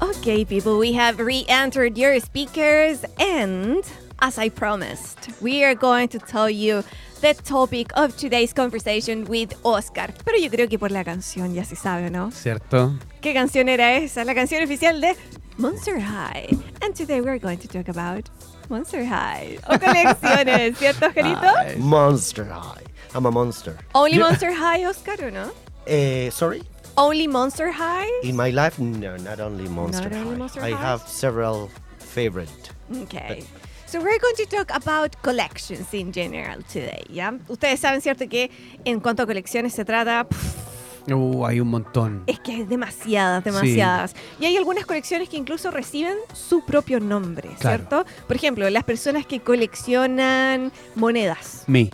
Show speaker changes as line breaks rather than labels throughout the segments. Okay, people, we have re entered your speakers, and as I promised, we are going to tell you the topic of today's conversation with Oscar. Pero yo creo que por la canción ya se sabe, ¿no?
¿Cierto?
¿Qué canción era esa? La canción oficial de Monster High. And today we're going to talk about Monster High. O colecciones, ¿cierto, Jarito?
Ay.
Monster High. I'm a monster.
Only Monster High, Oscar, ¿o no?
Eh, sorry?
Only Monster High?
In my life, no, not only Monster
only
High.
Monster
I
High?
have several favorite.
Okay. So we're going to talk about collections in general today, ¿ya? Ustedes saben, ¿cierto? Que en cuanto a colecciones se trata, pff,
Uh, hay un montón.
es que es demasiadas, demasiadas. Y hay algunas colecciones que incluso reciben su propio nombre,
Claro.
¿cierto? Por ejemplo, las personas que coleccionan monedas.
Me.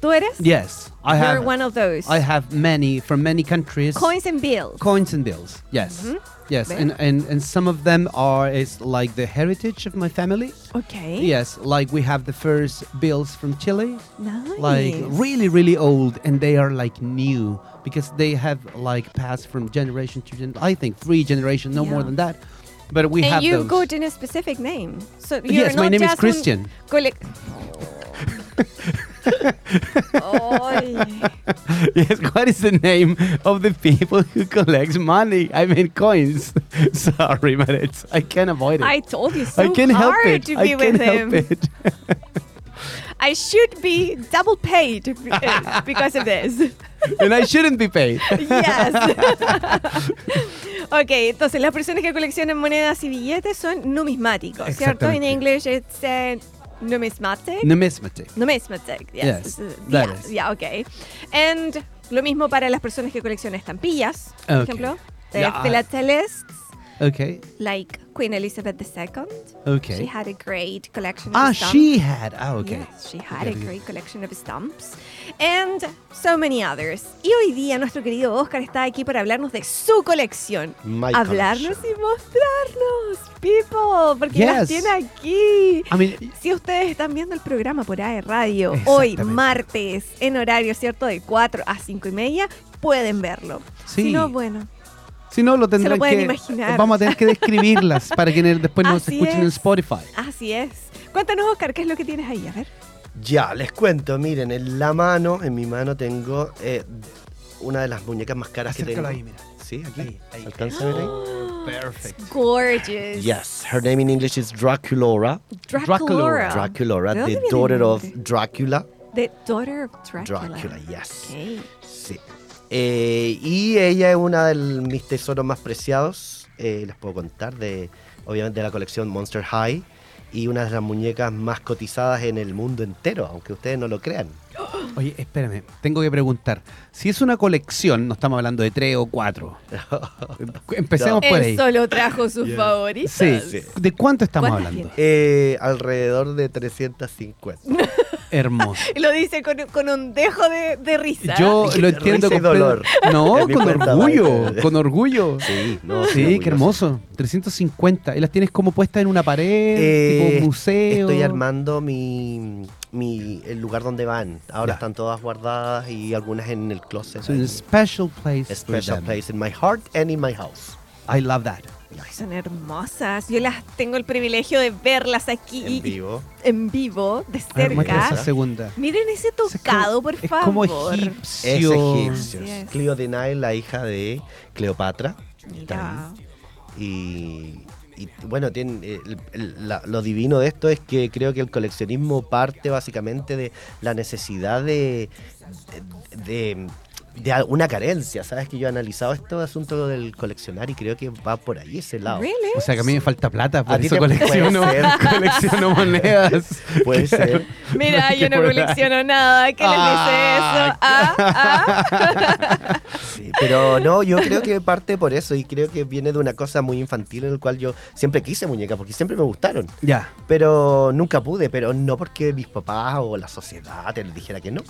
¿Tú eres?
Yes. I
You're
have
one of those.
I have many from many countries.
Coins and bills.
Coins and bills. Yes.
Mhm.
Yes.
Very-
And, and and some of them are is like the heritage of my family.
okay.
Yes, like we have the first bills from Chile.
Nice.
Like really, really old and they are like new because they have like passed from generation to generation. I think three generations, no more
Yeah.
than that. But we have
and you've
those.
got in a specific name. So you're
yes, my
not
name is
just un-
Christian.
Collect. Oy.
Yes, what is the name of the people who collects money? I mean coins. Sorry, but it's I can't avoid it.
I told you so
I can
hard
help it.
to
I
be
can
with
help
him.
it.
I should be double paid uh, because of this.
and I shouldn't be paid.
Yes. ok, entonces las personas que coleccionan monedas y billetes son numismáticos, ¿cierto? In
Exactamente.
English it's uh, numismatic.
Numismatic.
Numismatic,
Yes,
yes.
that
yeah,
is.
yeah, okay. And lo mismo para las personas que coleccionan estampillas, por
Okay.
ejemplo. The
Yeah, I-
philatelists,
Okay.
like Queen Elizabeth II. She
Okay.
had a great collection of
Ah,
stamps.
she had. Ah, okay.
Yes, she had a
Okay.
great collection of stamps and so many others. Y hoy día nuestro querido Oscar está aquí para hablarnos de su colección.
My
hablarnos
collection.
y mostrarnos, people, porque
Yes.
las tiene aquí.
I mean,
Si ustedes están viendo el programa por AE Radio, hoy
Exactamente.
martes, en horario, ¿cierto? De 4 a 5 y media, pueden verlo. Si
Sí.
no, bueno,
si no lo tendrán
pueden
que
imaginar.
vamos a tener que describirlas para que después nos
Así
escuchen en
es.
Spotify.
así es. Cuéntanos, Oscar, ¿qué es lo que tienes ahí? A ver.
Ya, les cuento, miren, en la mano, en mi mano tengo eh, una de las muñecas más caras que tengo.
Acércalo ahí, mira.
Sí, aquí.
Ahí, ahí.
¿Se alcanza a ver ahí?
Perfect.
¡Ah! Gorgeous.
Yes, her name in English is Draculaura.
Draculaura.
Draculaura.
Draculaura,
¿De dónde
the
viene el
daughter of
nombre?
Dracula.
The Daughter of Dracula.
Dracula, yes.
Okay.
Sí. Eh, y ella es una de l- mis tesoros más preciados. eh, les puedo contar de, obviamente, de la colección Monster High. Y una de las muñecas más cotizadas en el mundo entero, aunque ustedes no lo crean.
Oye, espérame, tengo que preguntar. Si es una colección, no estamos hablando de tres o cuatro. Empecemos por ahí.
Él solo trajo sus favoritas.
Sí.
Sí.
¿De cuánto estamos
¿Cuántas
hablando?
Eh, alrededor de 350.
Hermoso.
Y Lo dice con, con un dejo de, de risa.
Yo lo
Risa
entiendo
y
con
dolor.
No,
En mi
con
cuenta
orgullo,
bancaria.
con orgullo.
Sí, no,
Sí,
estoy
qué
orgulloso.
hermoso. 350. ¿Y las tienes como puestas en una pared?
Eh,
tipo museo.
Estoy armando mi, mi- el lugar donde van. Ahora
Ya.
están todas guardadas y algunas en el closet.
So, in a special place.
A
for
special
them.
place in my heart and in my house.
I love that.
Ay, son hermosas. Yo las tengo el privilegio de verlas aquí
En vivo.
en vivo, de
A ver, muestra esa
cerca.
hermosa.
segunda.
Miren ese
Es como-
tocado, por
es como
favor.
Es
egipcio.
egipcios.
Así es.
Cleo Denai, la hija de Cleopatra.
Mira.
este
Y, y, bueno, tiene, eh, el- el- la- lo divino de esto es que creo que el coleccionismo parte básicamente de la necesidad de, de, de alguna carencia. Sabes que yo he analizado este asunto del coleccionar y creo que va por ahí ese lado.
Really?
O sea que a mí me falta plata, por
ti
eso
te-
colecciono,
puede ser.
colecciono monedas.
Puede ser.
Mira,
Qué
yo no
buena.
colecciono nada. ¿Qué les dice
Ah,
eso? Ah, ah.
Sí, pero no, yo creo que parte por eso y creo que viene de una cosa muy infantil en el cual yo siempre quise muñecas porque siempre me gustaron.
Ya.
Pero nunca pude, pero no porque mis papás o la sociedad te dijera que no.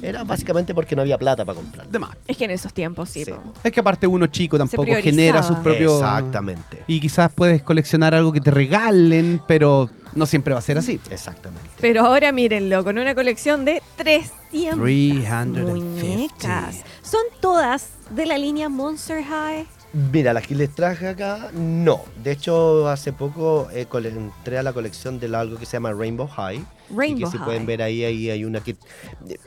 Era básicamente porque no había plata para comprar.
De más.
Es que en esos tiempos sí.
Sí.
po.
Es que aparte uno chico tampoco
priorizaba.
genera sus propios...
Exactamente.
Y quizás puedes coleccionar algo que te regalen, pero no siempre va a ser así.
Exactamente.
Pero ahora mírenlo, con una colección de 300
350.
muñecas. Son todas de la línea Monster High.
Mira, las que les traje acá, no. De hecho, hace poco eh, cole- entré a la colección de la- algo que se llama Rainbow High. y
Rainbow
que si
High. Oh,
pueden ver ahí, ahí hay una que...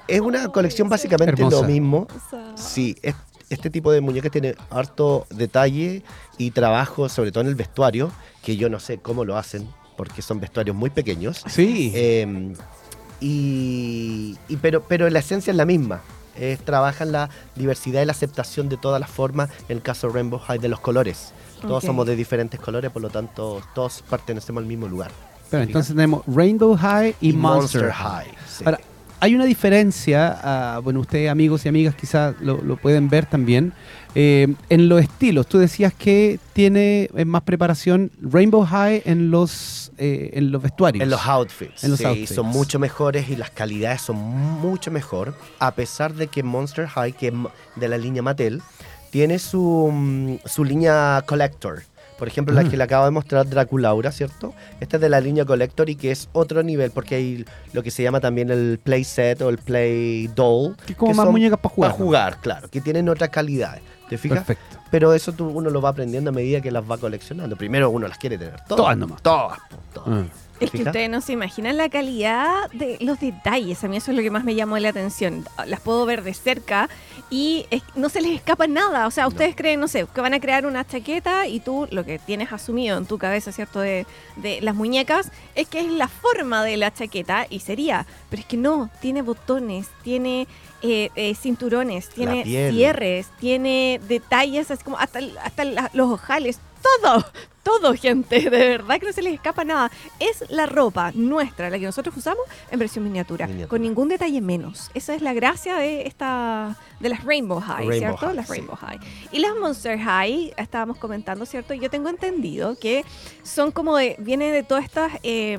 Es una colección básicamente
Hermosa.
lo mismo.
Hermosa.
Sí, es- este tipo de muñecas tiene harto detalle y trabajo, sobre todo en el vestuario, que yo no sé cómo lo hacen, porque son vestuarios muy pequeños.
Sí.
Eh, y, y pero, pero la esencia es la misma. Es, trabajan la diversidad y la aceptación de todas las formas, en el caso de Rainbow High, de los colores. Todos
Ok.
somos de diferentes colores, por lo tanto, todos pertenecemos al mismo lugar.
Pero entonces tenemos Rainbow High y, Monster, High.
sí.
Ahora, hay una diferencia, ah, bueno, ustedes amigos y amigas quizás lo, lo pueden ver también, eh, en los estilos. Tú decías que tiene eh, más preparación Rainbow High en los, eh, en los vestuarios.
En los outfits.
En los
sí,
outfits.
son mucho mejores y las calidades son mucho mejor. A pesar de que Monster High, que es mo- de la línea Mattel, tiene su, mm, su línea Collector. Por ejemplo, la
Ah.
que le acabo de mostrar Draculaura, ¿cierto? Esta es de la línea Collector y que es otro nivel, porque hay lo que se llama también el Play Set o el Play Doll.
Que es como más
son
muñecas para jugar,
Para
¿no?
jugar, claro. Que tienen otras calidades. ¿Te fijas?
Perfecto.
Pero eso tú- uno lo va aprendiendo a medida que las va coleccionando. Primero uno las quiere tener todas.
Todas nomás.
Todas, po, todas.
Ah.
¿Te
Es que
fijas?
ustedes no se imaginan la calidad de los detalles. A mí eso es lo que más me llamó la atención. Las puedo ver de cerca y es- no se les escapa nada. O sea, ustedes creen, no sé, que van a crear una chaqueta y tú lo que tienes asumido en tu cabeza, ¿cierto? De, de las muñecas, es que es la forma de la chaqueta y sería. Pero es que no, tiene botones, tiene eh, eh, cinturones, tiene
piel.
cierres, tiene detalles, así como hasta, hasta la- los ojales, todo. Todo, gente, de verdad que no se les escapa nada. Es la ropa nuestra, la que nosotros usamos en versión miniatura,
Miniatura.
con ningún detalle menos. Esa es la gracia de esta de las Rainbow High,
Rainbow
¿cierto?
High,
las
sí.
Rainbow High. Y las Monster High, estábamos comentando, ¿cierto? Yo tengo entendido que son como de vienen de todas estas eh,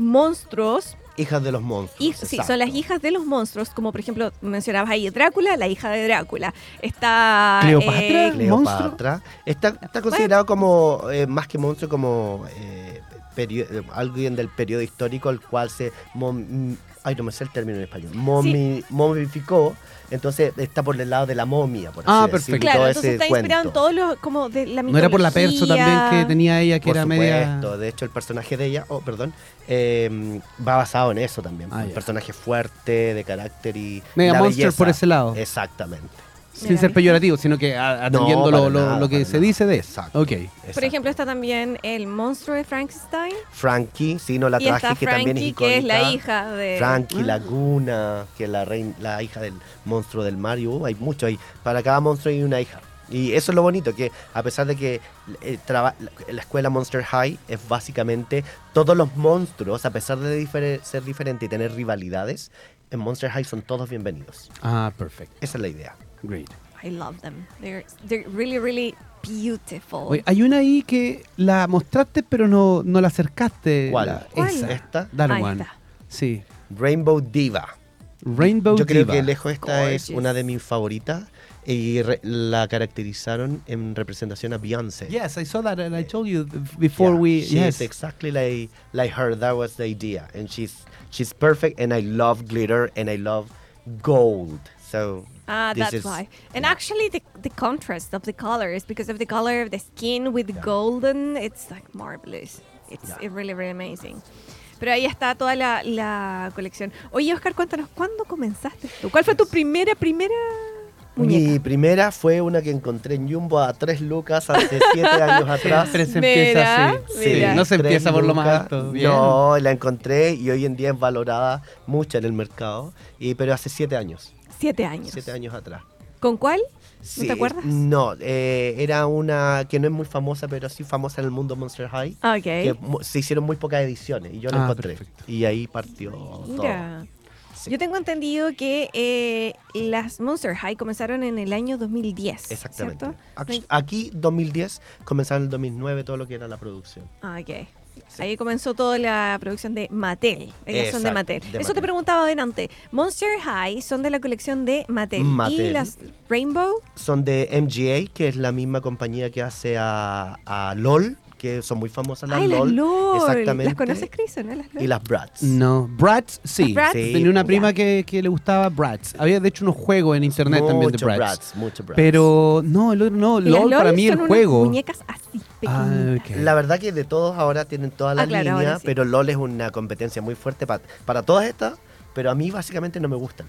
monstruos
Hijas de los monstruos.
Hij- sí, son las
exacto.
hijas de los monstruos, como por ejemplo mencionabas ahí Drácula, la hija de Drácula. Está
Cleopatra.
eh,
Cleopatra. Está, está considerado como, eh, más que monstruo, como eh, perio- eh, alguien del periodo histórico al cual se... mom- mm, ay, no me sé el término en español. Momi- Momificó. Entonces está por el lado de la momia, por así
Ah,
decirlo,
perfecto.
y
claro,
todo
entonces
ese
está inspirado en
cuento.
todos los como de la mitología.
No era por la perso también que tenía ella, que
Por
era
supuesto,
media...
de hecho el personaje de ella, oh, perdón, eh, va basado en eso también.
Ah,
un
ya.
personaje fuerte, de carácter y...
Media
la
monster
belleza.
por ese lado.
Exactamente.
Sin ser peyorativo, sino que a-
No,
atendiendo lo,
para
lo-
nada,
lo que
para
se
nada.
dice de eso.
Exacto.
Ok.
Por
Exacto.
ejemplo, está también el monstruo de Frankenstein
Frankie, sí, no la
y
traje,
está
que también es
Frankie,
icónica.
que es la hija de Ah.
Frankie Laguna, que es la, rein- la hija del monstruo del Mario. Uh, hay mucho ahí. Para cada monstruo hay una hija. Y eso es lo bonito, que a pesar de que eh, traba- la la escuela Monster High es básicamente todos los monstruos, a pesar de difer- ser diferente y tener rivalidades, en Monster High son todos bienvenidos.
Ah, perfecto.
Esa es la idea.
Great.
I love them. They're, they're really, really
Oh.
beautiful.
Oye, hay una ahí que la mostraste pero no, no la acercaste.
¿Cuál?
La-
¿Cuál?
Esa.
¿Esta?
That
Ahí
one.
está.
Sí.
Rainbow Diva.
Rainbow
Yo creo
Diva.
que lejos esta es
Gorgeous.
una de mis favoritas y re- la caracterizaron en representación a Beyoncé.
Yes, I saw that and I told you before
Yeah,
we...
she
Yes.
is exactly like like her. That was the idea, and she's she's perfect. And I love glitter, and I love gold. So
Ah,
this
that's
is-
why. And
yeah.
actually, the, the contrast of the colors, because of the color of the skin with golden, it's like marvelous. It's
Yeah.
really, really amazing. Pero ahí está toda la, la colección. Oye, Oscar, cuéntanos, ¿cuándo comenzaste tú? ¿Cuál fue tu primera, primera muñeca?
Pues, Mi primera fue una que encontré en Jumbo a tres lucas hace siete años atrás.
Siempre se
Mira,
empieza así. Sí,
mira.
No se
tres
empieza por lo más
lucas.
alto. Bien.
No, la encontré y hoy en día es valorada mucho en el mercado, y, pero hace siete años,
Siete años.
siete años atrás.
¿Con cuál?
Sí,
te acuerdas?
No, eh, era una que no es muy famosa, pero sí famosa en el mundo Monster High.
Ah, Ok.
que mu- se hicieron muy pocas ediciones y yo la
Ah,
encontré.
perfecto.
Y ahí partió todo.
Mira.
Sí.
Yo tengo entendido que eh, las Monster High comenzaron en el año 2010.
Exactamente.
¿cierto?
Ac- Aquí, 2010, comenzaron en el 2009 todo lo que era la producción.
Ah, ok. Ahí comenzó toda la producción de Mattel. Ellas son de
Eh, Exacto,
Mattel.
de
Eso te
Mattel.
preguntaba delante. Monster High son de la colección de Mattel. Y
Mattel.
las Rainbow.
Son de MGA, que es la misma compañía que hace a, a LOL, que son muy famosas, las
Ay, las
LOL.
LOL.
Exactamente.
¿Las conoces, Chris, o no? Las LOL.
Y las Bratz.
No, Bratz sí.
Bratz.
Sí,
Tenía una
pues,
prima que, que le gustaba Bratz. Había de hecho unos juegos en internet también de
Mucho
Bratz.
Bratz, mucho Bratz.
Pero no, el otro no,
Y las
LOL para mí
son
el
unas
juego.
muñecas así
Ah,
pequeñitas.
ok.
La verdad que de todos ahora tienen todas las
Ah, claro, ahora
líneas,
sí.
pero LOL es una competencia muy fuerte pa- para todas estas, pero a mí básicamente no me gustan,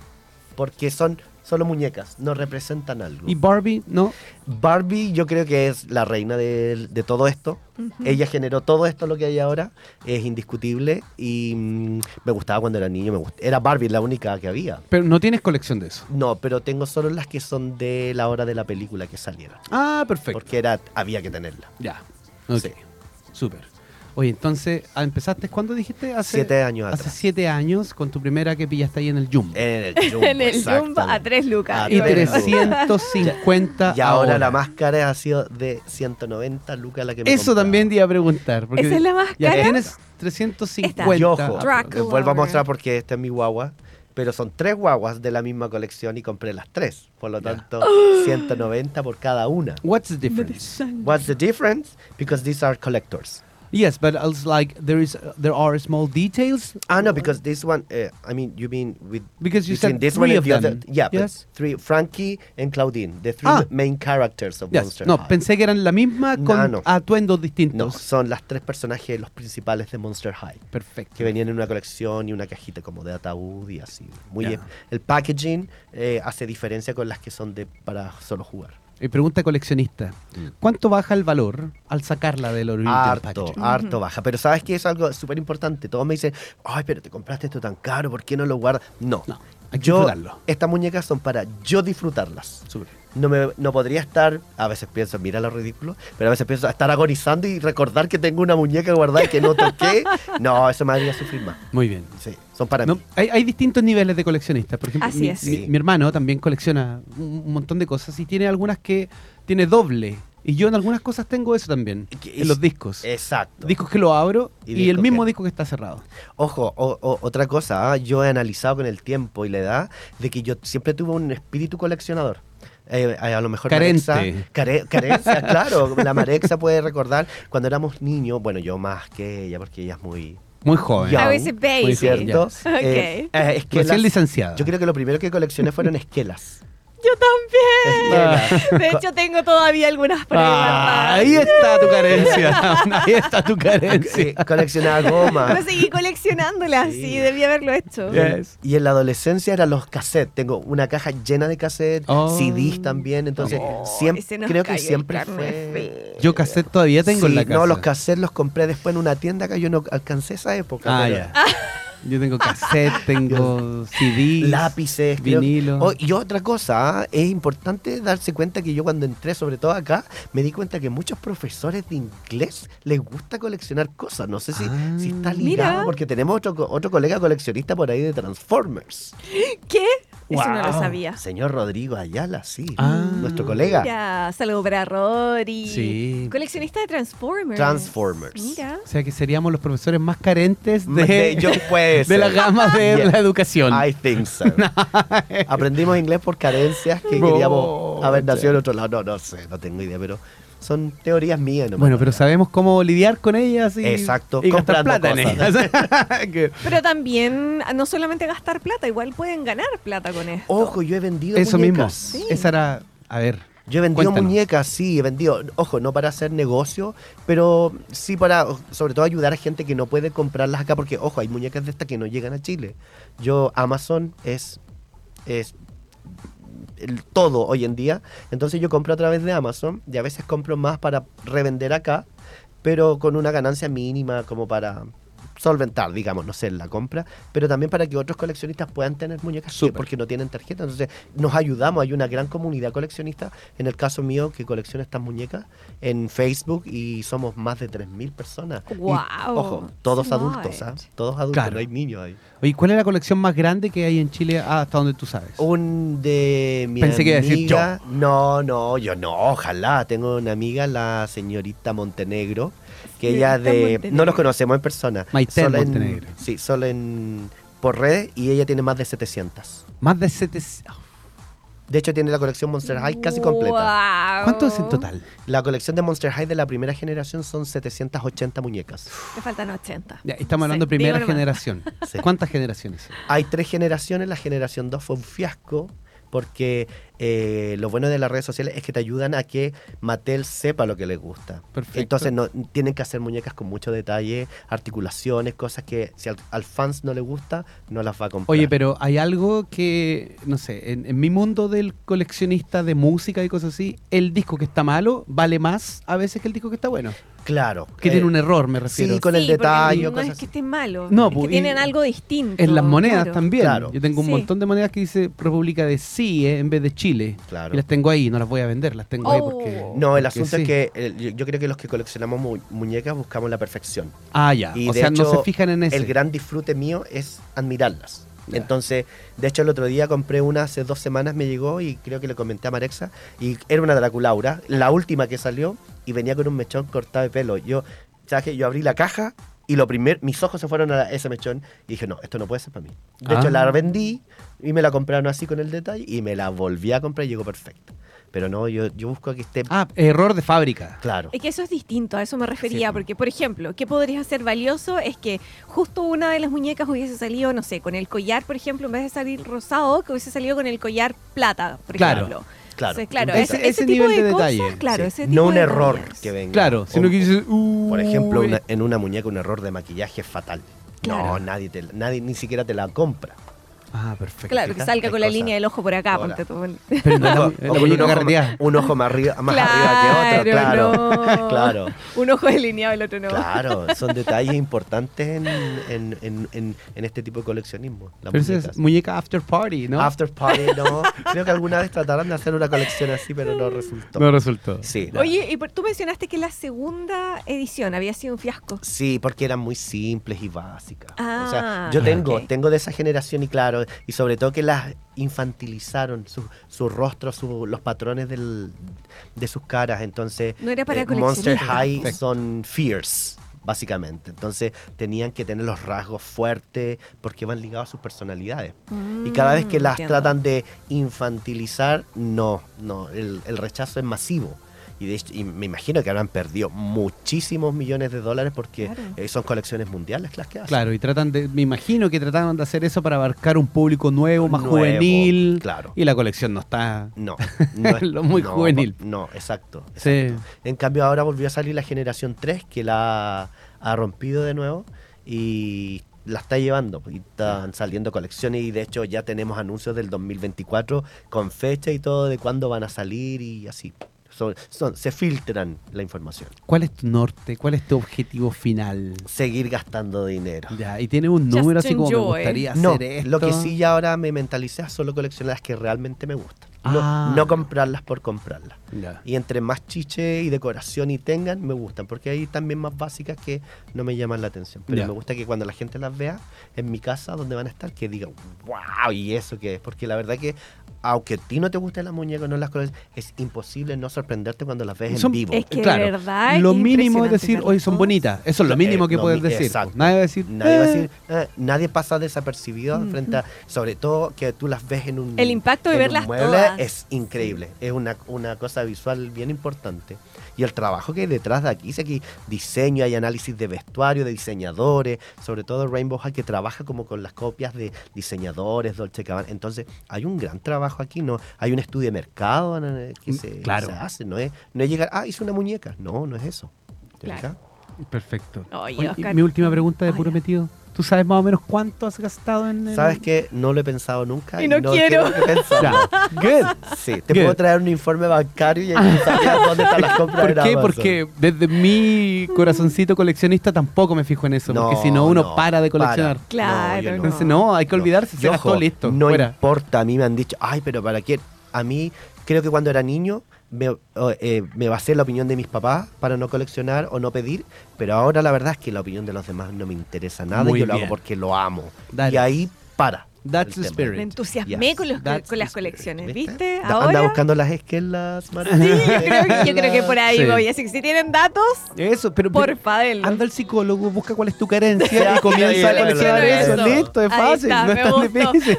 porque son solo muñecas, no representan algo.
Y Barbie, no.
Barbie yo creo que es la reina de, de todo esto. Ella generó todo esto lo que hay ahora, es indiscutible y mm, me gustaba cuando era niño, me gust- era Barbie la única que había.
Pero no tienes colección de eso.
No, pero tengo solo las que son de la hora de la película que saliera,
Ah, perfecto.
porque era había que tenerla.
Ya. Ok.
Sí.
Súper. Oye, entonces, ah, ¿empezaste cuándo dijiste? Hace
Siete años
Hace
atrás. Eh,
siete años con tu primera que pillaste ahí en el Jumbo.
En el Jumbo,
en el Zumba a
exactamente.
tres lucas.
A
y
Yo creo.
tres lucas.
350
Y ahora la más cara ha sido de 190 lucas la que me
Eso
compraba.
también te iba a preguntar. porque
¿Esa es la más
Ya
cara?
tienes
Y
350.
ojo,
Drácula,
les vuelvo a mostrar
¿verdad?
porque esta es mi guagua, pero son tres guaguas de la misma colección y compré las tres. Por lo
Ya.
tanto, 190 por cada una.
What's the difference?
What's the difference? Because these are collectors.
Yes, but it's like there is there are small details
Ah, no, because this one, eh, I mean, you mean with...
because you
between
said
this
three
one
of
and the
them.
other- yeah, but
yes.
three, Frankie and Claudine, the three
Ah.
main characters of
Yes.
Monster
No,
High.
pensé que eran la misma
No,
con
no.
atuendos
No,
distintos.
son las tres personajes, los principales de Monster High. que
Perfecto.
venían en una colección y una cajita como de ataúd y así. Muy
Ya.
bien. El packaging eh, hace diferencia con las que son de para solo jugar.
Y pregunta coleccionista. ¿Cuánto baja el valor al sacarla Mm, del original
Mm. Harto,
packaging?
harto baja. Pero sabes que es algo súper importante. Todos me dicen, ay, pero te compraste esto tan caro, ¿por qué no lo guardas? No.
No, hay que
yo,
disfrutarlo.
estas muñecas son para yo disfrutarlas.
Súper.
No, me, no podría estar, a veces pienso, mira lo ridículo, pero a veces pienso estar agonizando y recordar que tengo una muñeca guardada y que no toqué. No, eso me haría sufrir más.
Muy bien.
Sí, son para
No,
mí.
hay, hay distintos niveles de coleccionistas. Por ejemplo,
Así
mi,
es.
mi-
Sí.
mi hermano también colecciona un, un montón de cosas y tiene algunas que tiene doble. Y yo en algunas cosas tengo eso también,
Que
en
es-
los discos.
Exacto.
Discos que lo abro
Y
y, el
discos
mismo
que-
disco que está cerrado.
Ojo, o- o- otra cosa, ¿ah? yo he analizado con el tiempo y la edad de que yo siempre tuve un espíritu coleccionador. Eh, a, a lo mejor
Carente.
Marexa- care- carencia, claro. La Marexa puede recordar cuando éramos niños, bueno, yo más que ella, porque ella es muy.
Muy joven.
Ya,
I
Young,
was a baby.
Oh, muy cierto.
¿Cierto?
ya.
Eh,
Ok.
eh, esquelas.
Recién licenciada.
Yo creo que lo primero que coleccioné fueron esquelas.
Yo
Esquelas.
también. De hecho, tengo todavía algunas por ahí
Ah,
guardadas.
ahí está tu carencia. ahí está tu
Sí,
carencia.
coleccionaba goma.
No seguí coleccionándolas, sí,
Sí.
debía haberlo hecho.
Ya. Yes.
Y en la adolescencia eran los cassettes. Tengo una caja llena de cassettes,
Oh.
CDs también. Entonces,
Oh,
siempre,
ese nos
creo que
cayó el
siempre
carne
fue.
feo.
Yo cassette todavía tengo en
Sí,
la casa.
No, los cassettes los compré después en una tienda que yo no alcancé esa época.
Ah,
pero-
ya. Yo tengo cassette, tengo CD,
Lápices, creo-
vinilo.
Oh, y otra cosa, ¿ah? es importante darse cuenta que yo cuando entré, sobre todo acá, me di cuenta que muchos profesores de inglés les gusta coleccionar cosas. No sé si,
Ah.
si está
Mira.
ligado, porque tenemos otro, co- otro colega coleccionista por ahí de Transformers.
¿Qué? Eso no lo
Wow.
sabía.
Señor Rodrigo Ayala, sí.
Ah.
Nuestro colega.
Mira, saludo para Rory.
Sí.
Coleccionista de Transformers.
Transformers.
Mira.
O sea que seríamos los profesores más carentes de,
De- yo puede
de la
ser.
gama de
Yeah.
la educación.
I think so. Aprendimos inglés por carencias que
Bro,
queríamos haber
che.
nacido en otro lado. No, no sé, no tengo idea, pero son teorías mías. nomás.
bueno, pero sabemos cómo lidiar con ellas y,
Exacto,
y gastar
comprando
plata en ellas. Que-
Pero también, no solamente gastar plata, igual pueden ganar plata con esto.
Ojo, yo he vendido
Eso mismo.
muñecas.
Esa era. A ver.
Yo he vendido
Cuéntanos.
muñecas, sí, he vendido, ojo, no para hacer negocio, pero sí para, sobre todo, ayudar a gente que no puede comprarlas acá, porque, ojo, hay muñecas de estas que no llegan a Chile. Yo, Amazon es, es el todo hoy en día, entonces yo compro a través de Amazon y a veces compro más para revender acá, pero con una ganancia mínima como para solventar, digamos, no sé, la compra, pero también para que otros coleccionistas puedan tener muñecas que-
Súper.
porque no tienen tarjeta. Entonces, nos ayudamos, hay una gran comunidad coleccionista, en el caso mío, que colecciona estas muñecas en Facebook y somos más de 3.000 personas. Y,
Wow,
ojo, todos
smart.
adultos, ¿ah? Todos adultos,
Claro.
no hay niños ahí.
Oye, ¿cuál es la colección más grande que hay en Chile Ah, hasta donde tú sabes?
Uh. Un de mi
Pensé que iba a decir
amiga- No, no, yo no, ojalá. Tengo una amiga, la señorita Montenegro, que ella
Señorita
de...
Montenegro.
No nos conocemos en persona.
Maite
solo en-
Montenegro.
sí, solo en... por redes y ella tiene más de 700.
Más de 700.
De hecho, tiene la colección Monster High casi completa.
Guau.
¿Cuánto es en total?
La colección de Monster High de la primera generación son 780 muñecas.
Te faltan 80.
Ya, estamos hablando
Sí,
de primera
digo nomás.
generación.
Sí.
¿Cuántas generaciones?
Hay tres generaciones, la generación 2 fue un fiasco porque eh, lo bueno de las redes sociales es que te ayudan a que Mattel sepa lo que les gusta.
Perfecto.
Entonces no, tienen que hacer muñecas con mucho detalle, articulaciones, cosas que si al, al fans no le gusta, no las va a comprar.
Oye, pero hay algo que, no sé, en, en mi mundo del coleccionista de música y cosas así, el disco que está malo vale más a veces que el disco que está bueno.
Claro.
Que
eh,
tiene un error, me refiero.
sí, con el
Sí, porque
detalle,
No
cosas
es que esté malo.
No,
es
pues,
que
y-
tienen algo distinto.
En las monedas
claro.
también.
Claro.
Yo tengo un
Sí.
montón de monedas que dice República de CIE en vez de Chile.
Claro.
Y las tengo ahí, no las voy a vender, las tengo ahí
Oh.
porque.
No, el
porque
asunto
sí.
es que eh, yo, yo creo que los que coleccionamos mu- muñecas buscamos la perfección.
Ah, ya.
Y
o
de
sea, no
hecho,
se fijan en eso.
El gran disfrute mío es admirarlas.
Ya.
Entonces, de hecho, el otro día compré una hace dos semanas, me llegó y creo que le comenté a Marexa. Y era una Draculaura, la última que salió, y venía con un mechón cortado de pelo. Yo, ¿sabes qué? Yo abrí la caja y lo primer, mis ojos se fueron a la- ese mechón y dije, no, esto no puede ser para mí. De
Ah.
hecho, la vendí y me la compraron así con el detalle y me la volví a comprar y llegó perfecta. Pero no, yo, yo busco que esté
Ah, error de fábrica.
claro.
Es que eso es distinto, a eso me refería,
Sí.
porque por ejemplo, ¿qué podrías hacer valioso? Es que justo una de las muñecas hubiese salido, no sé, con el collar, por ejemplo, en vez de salir rosado, que hubiese salido con con el collar plata, por
Claro,
ejemplo.
claro.
O sea, claro
Ese-
ese, ese
ese
tipo
nivel
de,
de
cosas,
detalle,
claro,
Sí.
ese
no
tipo
un
de
error
detalles.
que venga.
Claro, sino
O-
que uh, dices.
Por ejemplo,
"Uy".
una- en una muñeca un error de maquillaje es fatal.
Claro.
No, nadie, te, nadie ni siquiera te la compra.
Ah, perfecto.
Claro, que
Fijas,
salga
hay
con la
cosas.
línea del ojo por acá,
Ahora.
ponte tú.
Pero no es la-
O-
es la
o con
muñeca
un, ojo,
carreteada.
ma- un ojo más, arriba, más arriba que otro, claro.
no.
Claro.
Un ojo delineado, el otro no.
Claro, son detalles importantes en, en- en- en- en este tipo de coleccionismo. las
Pero esa
muñecas.
es muñeca after party, ¿no?
After Party, no. Creo que alguna vez trataron de hacer una colección así, pero no resultó.
no resultó.
Sí, no.
Oye, y por- tú mencionaste que la segunda edición había sido un fiasco.
Sí, porque eran muy simples y básicas. o
Ah,
sea, yo tengo,
ok.
tengo de esa generación y claro, y sobre todo que las infantilizaron, su, su rostro, su- los patrones del- de sus caras. Entonces,
No era para
eh, Monster
coleccionistas
High
tampoco.
son fierce, básicamente. Entonces, tenían que tener los rasgos fuertes porque van ligados a sus personalidades. Y cada vez que
Mm,
las
entiendo.
tratan de infantilizar, no, no, el, el rechazo es masivo. Y, de hecho- y me imagino que habrán perdido muchísimos millones de dólares porque
Claro.
eh, son colecciones mundiales las que hacen.
Claro, y tratan de, me imagino que trataron de hacer eso para abarcar un público nuevo, más
Nuevo,
juvenil.
Claro.
Y la colección no está.
No, no
Lo muy juvenil.
No, exacto.
Sí.
En cambio, ahora volvió a salir la generación 3 que la ha rompido de nuevo y la está llevando. Y están saliendo colecciones y de hecho ya tenemos anuncios del 2024 con fecha y todo de cuándo van a salir y así. Son- son- se filtran la información.
¿Cuál es tu norte? ¿Cuál es tu objetivo final?
Seguir gastando dinero.
Ya, y tiene un
Just ¿eh?
número así
to
como me
enjoy.
gustaría
No,
hacer esto.
lo que sí ya ahora me mentalicé a solo coleccionar las que realmente me gustan. No,
Ah.
no comprarlas por comprarlas.
Ya.
Y entre más chiche y decoración y tengan, me gustan. Porque hay también más básicas que no me llaman la atención. Pero
Ya.
me gusta que cuando la gente las vea en mi casa, donde van a estar, que digan, wow, ¿y eso qué es? Porque la verdad que, aunque a ti no te gusten las muñecas, no las colores, es imposible no sorprenderte cuando las ves
Son-
en vivo.
Ah, Es que
Claro.
de verdad.
Lo
qué
mínimo es
impresionante
decir,
verlas
hoy son
todas.
bonitas. Eso es lo mínimo
Eh,
que
lo
puedes
mi-
decir. Pues
exacto.
Nadie va a decir.
Nadie va a
"Eh".
decir, "Ah", nadie pasa desapercibido
Ujú.
frente a, sobre todo que tú las ves en un
El impacto de
en un
verlas
mueble
todas.
es increíble, es una, una cosa visual bien importante. Y el trabajo que hay detrás de aquí, si aquí diseño, hay análisis de vestuario, de diseñadores, sobre todo Rainbow High que trabaja como con las copias de diseñadores, Dolce Gabbana. Entonces, hay un gran trabajo aquí, ¿no? Hay un estudio de mercado ¿no? que
Mm,
se, que
claro.
se hace, no es, no es llegar, ah, hice una muñeca. No, no es eso. ¿Te
Claro.
fijas?
"Eh, Perfecto.
Oye,
Oye, y
Oscar.
mi última pregunta de
Ay,
puro
ya.
metido. ¿Tú sabes más o menos cuánto has gastado en.? el-
¿Sabes qué? No lo he pensado nunca.
Y no quiero.
que pensarlo.
Ya. Good.
Sí, te
Good.
puedo traer un informe bancario y ahí sabías dónde están las compras
¿Por
en
qué?
Amazon.
Porque desde mi corazoncito coleccionista tampoco me fijo en eso, porque si no uno
no,
para de coleccionar.
para.
Claro,
No, yo no.
Entonces no, hay que olvidarse, se
Y
gastó,
ojo,
listo,
No
fuera.
importa, a mí me han dicho, ay, pero ¿para qué? A mí, creo que cuando era niño me, o, eh, me basé en la opinión de mis papás para no coleccionar o no pedir, pero ahora la verdad es que la opinión de los demás no me interesa nada
Muy
y yo lo
bien.
hago porque lo amo.
Dale.
Y ahí para.
That's the
el tema.
spirit.
Me entusiasmé
Yes.
con, los-
That's
con las
the spirit,
colecciones,
¿Viste?
¿viste?
Da-
Ahora.
Anda buscando las esquelas, Marta.
Sí, yo creo, que- yo creo que por ahí
Sí.
voy. Así que si tienen datos,
Eso, pero pero-
porfa, denlo.
anda al psicólogo, busca cuál es tu carencia y
Ya,
comienza
ya,
a
ya,
coleccionar
ya,
eso.
ya.
Listo, es
Ahí
fácil,
está,
no
me
es tan
gustó.
difícil.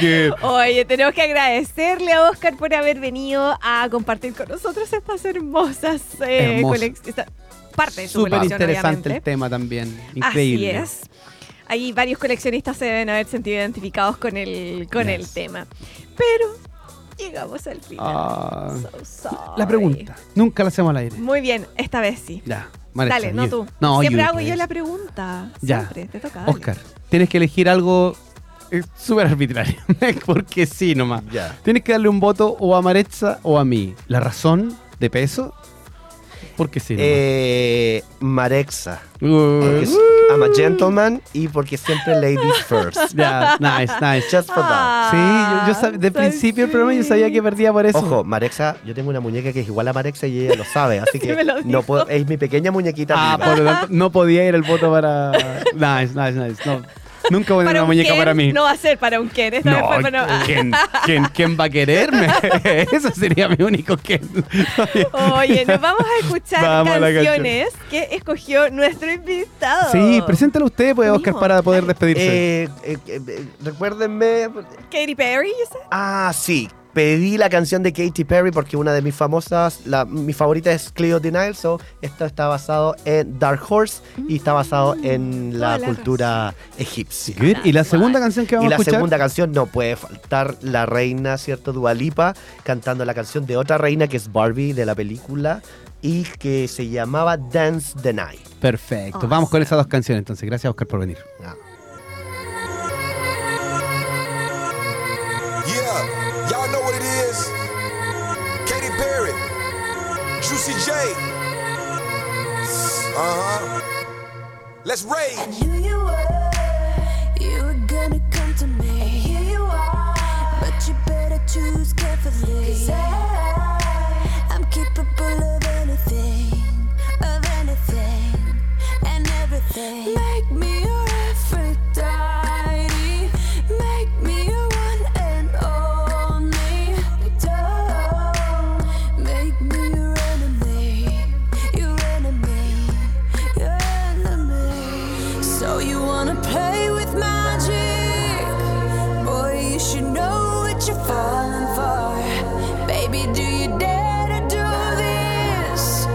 Que-
Oye, tenemos que agradecerle a Oscar por haber venido a compartir con nosotros estas hermosas eh,
Hermoso.
colec- esta parte de su
Súper
colección,
interesante el
obviamente.
tema también. Increíble.
Así es. Hay varios coleccionistas se deben haber sentido identificados con el, con el
Yes.
tema. Pero llegamos al final.
Ah.
So sorry.
La pregunta, nunca la hacemos al aire.
Muy bien, esta vez sí.
Ya, mal
Dale,
hecho,
no
you.
tú.
No,
Siempre
you, pues.
hago yo
please.
la pregunta.
Ya.
Siempre, te toca. dale.
Oscar, tienes que elegir algo eh, súper arbitrario, porque sí nomás.
Ya.
Tienes que darle un voto o a Maretza o a mí. La razón de peso, porque sí. nomás.
Eh, Marexa.
Uh,
Porque es- I'm a gentleman y porque siempre ladies first.
ya, nice, nice.
Just for that.
Sí, yo, yo sab- de
Ah,
principio del programa yo sabía que
sí.
perdía por eso.
Ojo, Marexa, yo tengo una muñeca que es igual a Marexa y ella lo sabe, así
Sí,
que
me lo dijo.
no puedo, es mi pequeña muñequita.
Ah,
viva.
por lo tanto, no podía ir el voto para. Nice, nice, nice. No, nunca voy a
Para
una
un
muñeca
Ken
para mí.
No va a ser para un Ken. Esta vez fue para una-
¿quién, quién, quién va a quererme? Eso sería mi único que.
ah, Oye, nos vamos a escuchar
Vamos a la canción.
canciones que escogió nuestro invitado.
Sí, preséntalo usted, pues,
Tú
Oscar,
mismo.
para poder despedirse.
Eh, eh, eh, eh, recuérdenme.
Katy Perry, you said?
Ah, sí. Pedí la canción de Katy Perry porque una de mis famosas, la, mi favorita es Cleo Denial, so esto está basado en Dark Horse y está basado en la
Toda la
cultura egipcia.
Good. Y la segunda canción que vamos
Y la
a escuchar.
segunda canción no puede faltar la reina, ¿cierto? Dualipa cantando la canción de otra reina que es Barbie de la película y que se llamaba Dance the Night.
Perfecto.
Awesome.
Vamos con esas dos canciones, entonces. Gracias, Oscar, por venir.
Ah.
Yeah, y'all know what it is. Katy Perry, Juicy J. Uh huh. Let's rage.
Here you were, you were gonna come to me. And here you are, but you better choose carefully. Cause I, I'm capable of anything, of anything, and everything. Make me your Aphrodite, make me your one and only. Don't make me your enemy, your enemy. So you wanna play with magic? Boy, you should know what you're falling for. Baby, do you dare to do this?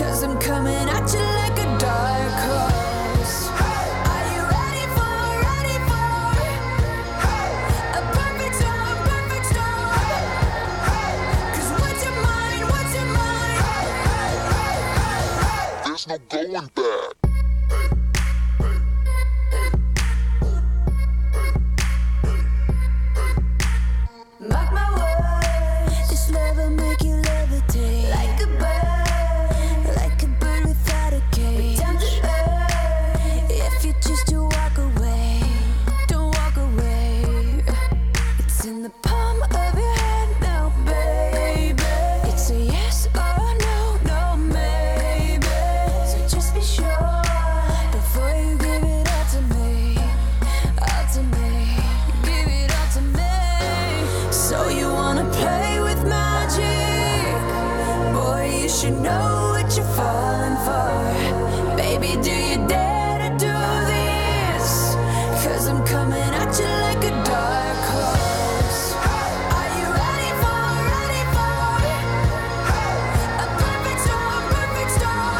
Cause I'm coming at you like a dark horse. Are you ready for, ready for a perfect storm, perfect storm? Cause what's your mind, what's your mind?
There's no going back.
Mark my words, this love will make you levitate like a bird, like a bird without a cage. Down to earth, if you choose to walk away, don't walk away. It's in the palm of your hand now, baby. It's a yes or a no, no maybe. So just be sure before you give it all to me, all to me, give it all to me. So you wanna play with magic, boy? You should know what you're falling for, baby. Do you dare to do this? Cause I'm coming at you like a dark horse. Are you ready for, ready for a perfect storm, perfect storm?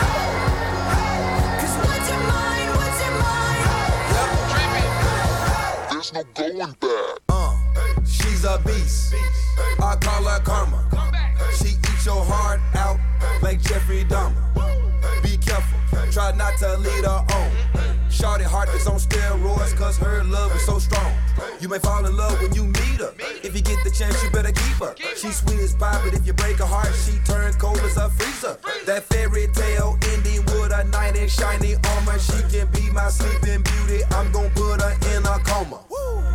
Cause what's your mind, what's your mind?
There's no going back. Uh, she's a beast. I call her karma. She eats your heart out like Jeffrey Dahmer. Be careful, try not to lead her on. Shorty heart is on steroids, cause her love is so strong. You may fall in love when you meet her. If you get the chance, you better keep her. She's sweet as pie, but if you break her heart, she turns cold as a freezer. That fairy tale ending with a knight in shiny armor. She can be my sleeping beauty. I'm gonna put her in a coma.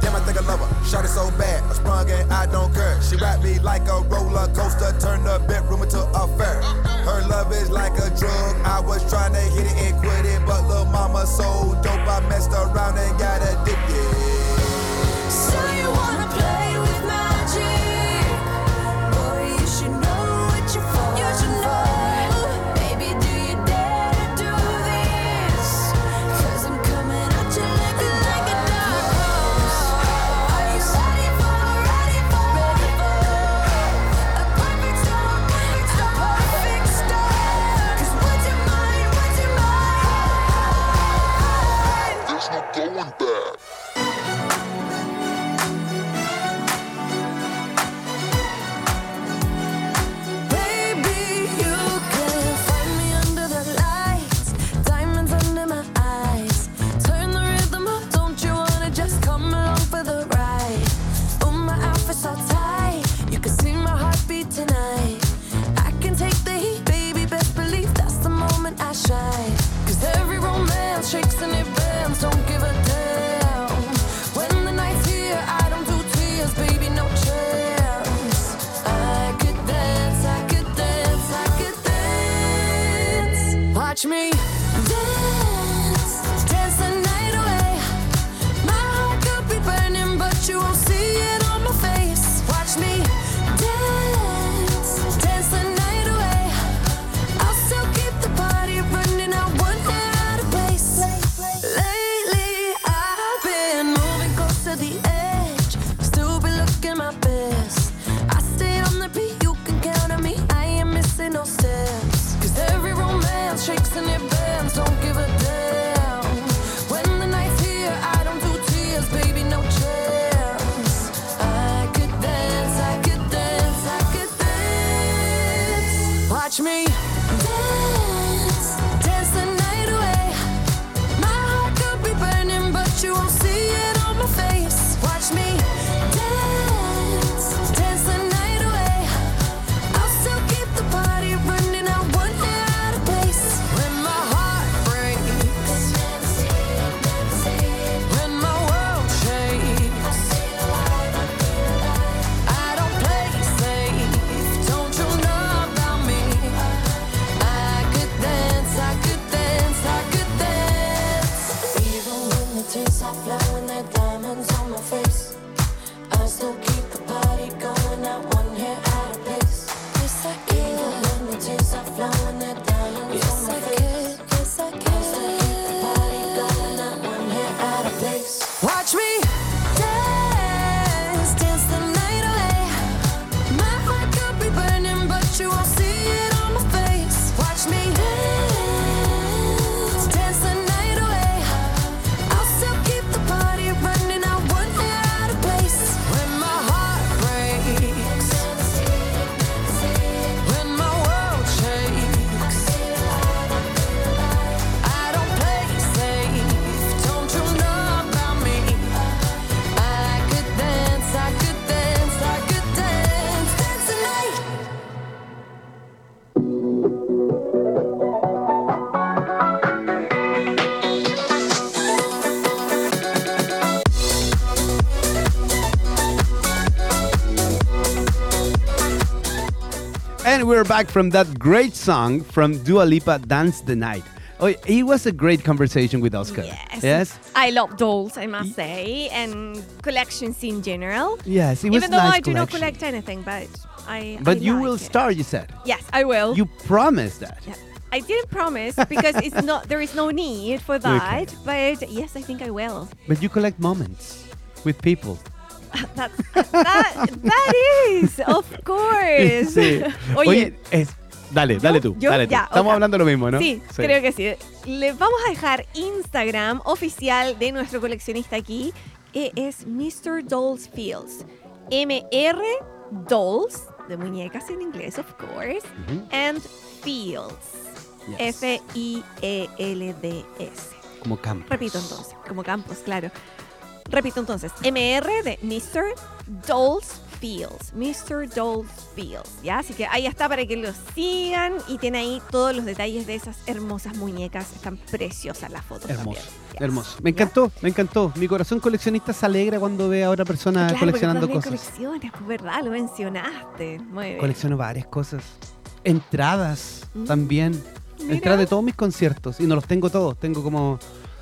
Damn, I think I love her. Shot it so bad. I sprung and I don't care. She wrapped me like a roller coaster. Turned the bedroom into a fair. Her love is like a drug. I was tryna hit it and quit it. But little mama so dope. I messed around and got addicted.
So Watch me.
Dance, dance the night away. My heart could be burning, but you won't see it on my face. Watch me dance, dance the night away. I'll still keep the party running. I wonder how to place. Lately, I've been moving close to the edge. Still be looking my best. I stay on the beat, you can count on me. I ain't missing no steps. Cause every romance shakes and it bends, don't give a damn. When the night's here, I don't do tears, baby, no chance. I could dance, I could dance, I could dance.
Watch me.
Dance, dance the night away. My heart could be burning, but you won't see it on my face. Watch me dance, dance the night away. I'll still keep the party running. I wonder how to place.
When my heart breaks. When my world shakes. I don't play safe. Don't you know about me? I could dance. I could dance. I could dance.
Even when the tears are flowing, they're diamonds on my face. I still keep the party going, not one hair out of place. Yes, I could. Even when the tears are flowing, they're diamonds yes, on my I face. Could. Yes, I could. I still keep the party going, not one hair out of place.
Watch me.
Dance, dance the night away. My heart could be burning, but you won't see it on my face. Watch me dance, dance the night away. I'll still keep the party running. I wonder how to place.
When my heart breaks. When my world shakes. I don't play safe. Don't you know about me? I could dance. I could dance. I could dance. Dance tonight.
And we're back from that great song from Dua Lipa, Dance the Night. Oh, it was a great conversation with Oscar.
Yes.
Yes.
I love dolls, I must say, and collections in general.
Yes, it was
Even though
nice
I do not
collection.
collect anything, but I.
But
I
you
like
will
it.
start, you said.
Yes, I will.
You promised that.
Yeah. I didn't promise because it's not. There is no need for that. But yes, I think I will.
But you collect moments with people.
That that, that is, of course.
Sí.
Oye,
es- dale, dale tú.
yo-
dale tú.
ya,
Estamos
ok.
hablando lo mismo, ¿no?
Sí, creo que sí. Les vamos a dejar Instagram oficial de nuestro coleccionista aquí, que es Mr. Dolls Fields. MR Dolls, de muñecas en inglés, of course,
Ujú.
and Fields. E
Yes.
F-I-E-L-D-S.
Como campo.
Repito entonces, como campos, claro. Repito entonces, MR de Mr. Dolls Fields. Mr. Dolls Fields, ¿ya? Así que ahí está para que lo sigan y tiene ahí todos los detalles de esas hermosas muñecas. Están preciosas las fotos.
Hermoso,
también. Yes.
hermoso. Me encantó, me encantó. Mi corazón coleccionista se alegra cuando ve a otra persona
Claro, porque
coleccionando
tú también
cosas.
coleccionas, pues, ¿verdad? Lo mencionaste. Muy bien.
Colecciono varias cosas. Entradas
Mm.
también.
Mira.
Entradas de todos mis conciertos. Y no los tengo todos. Tengo como.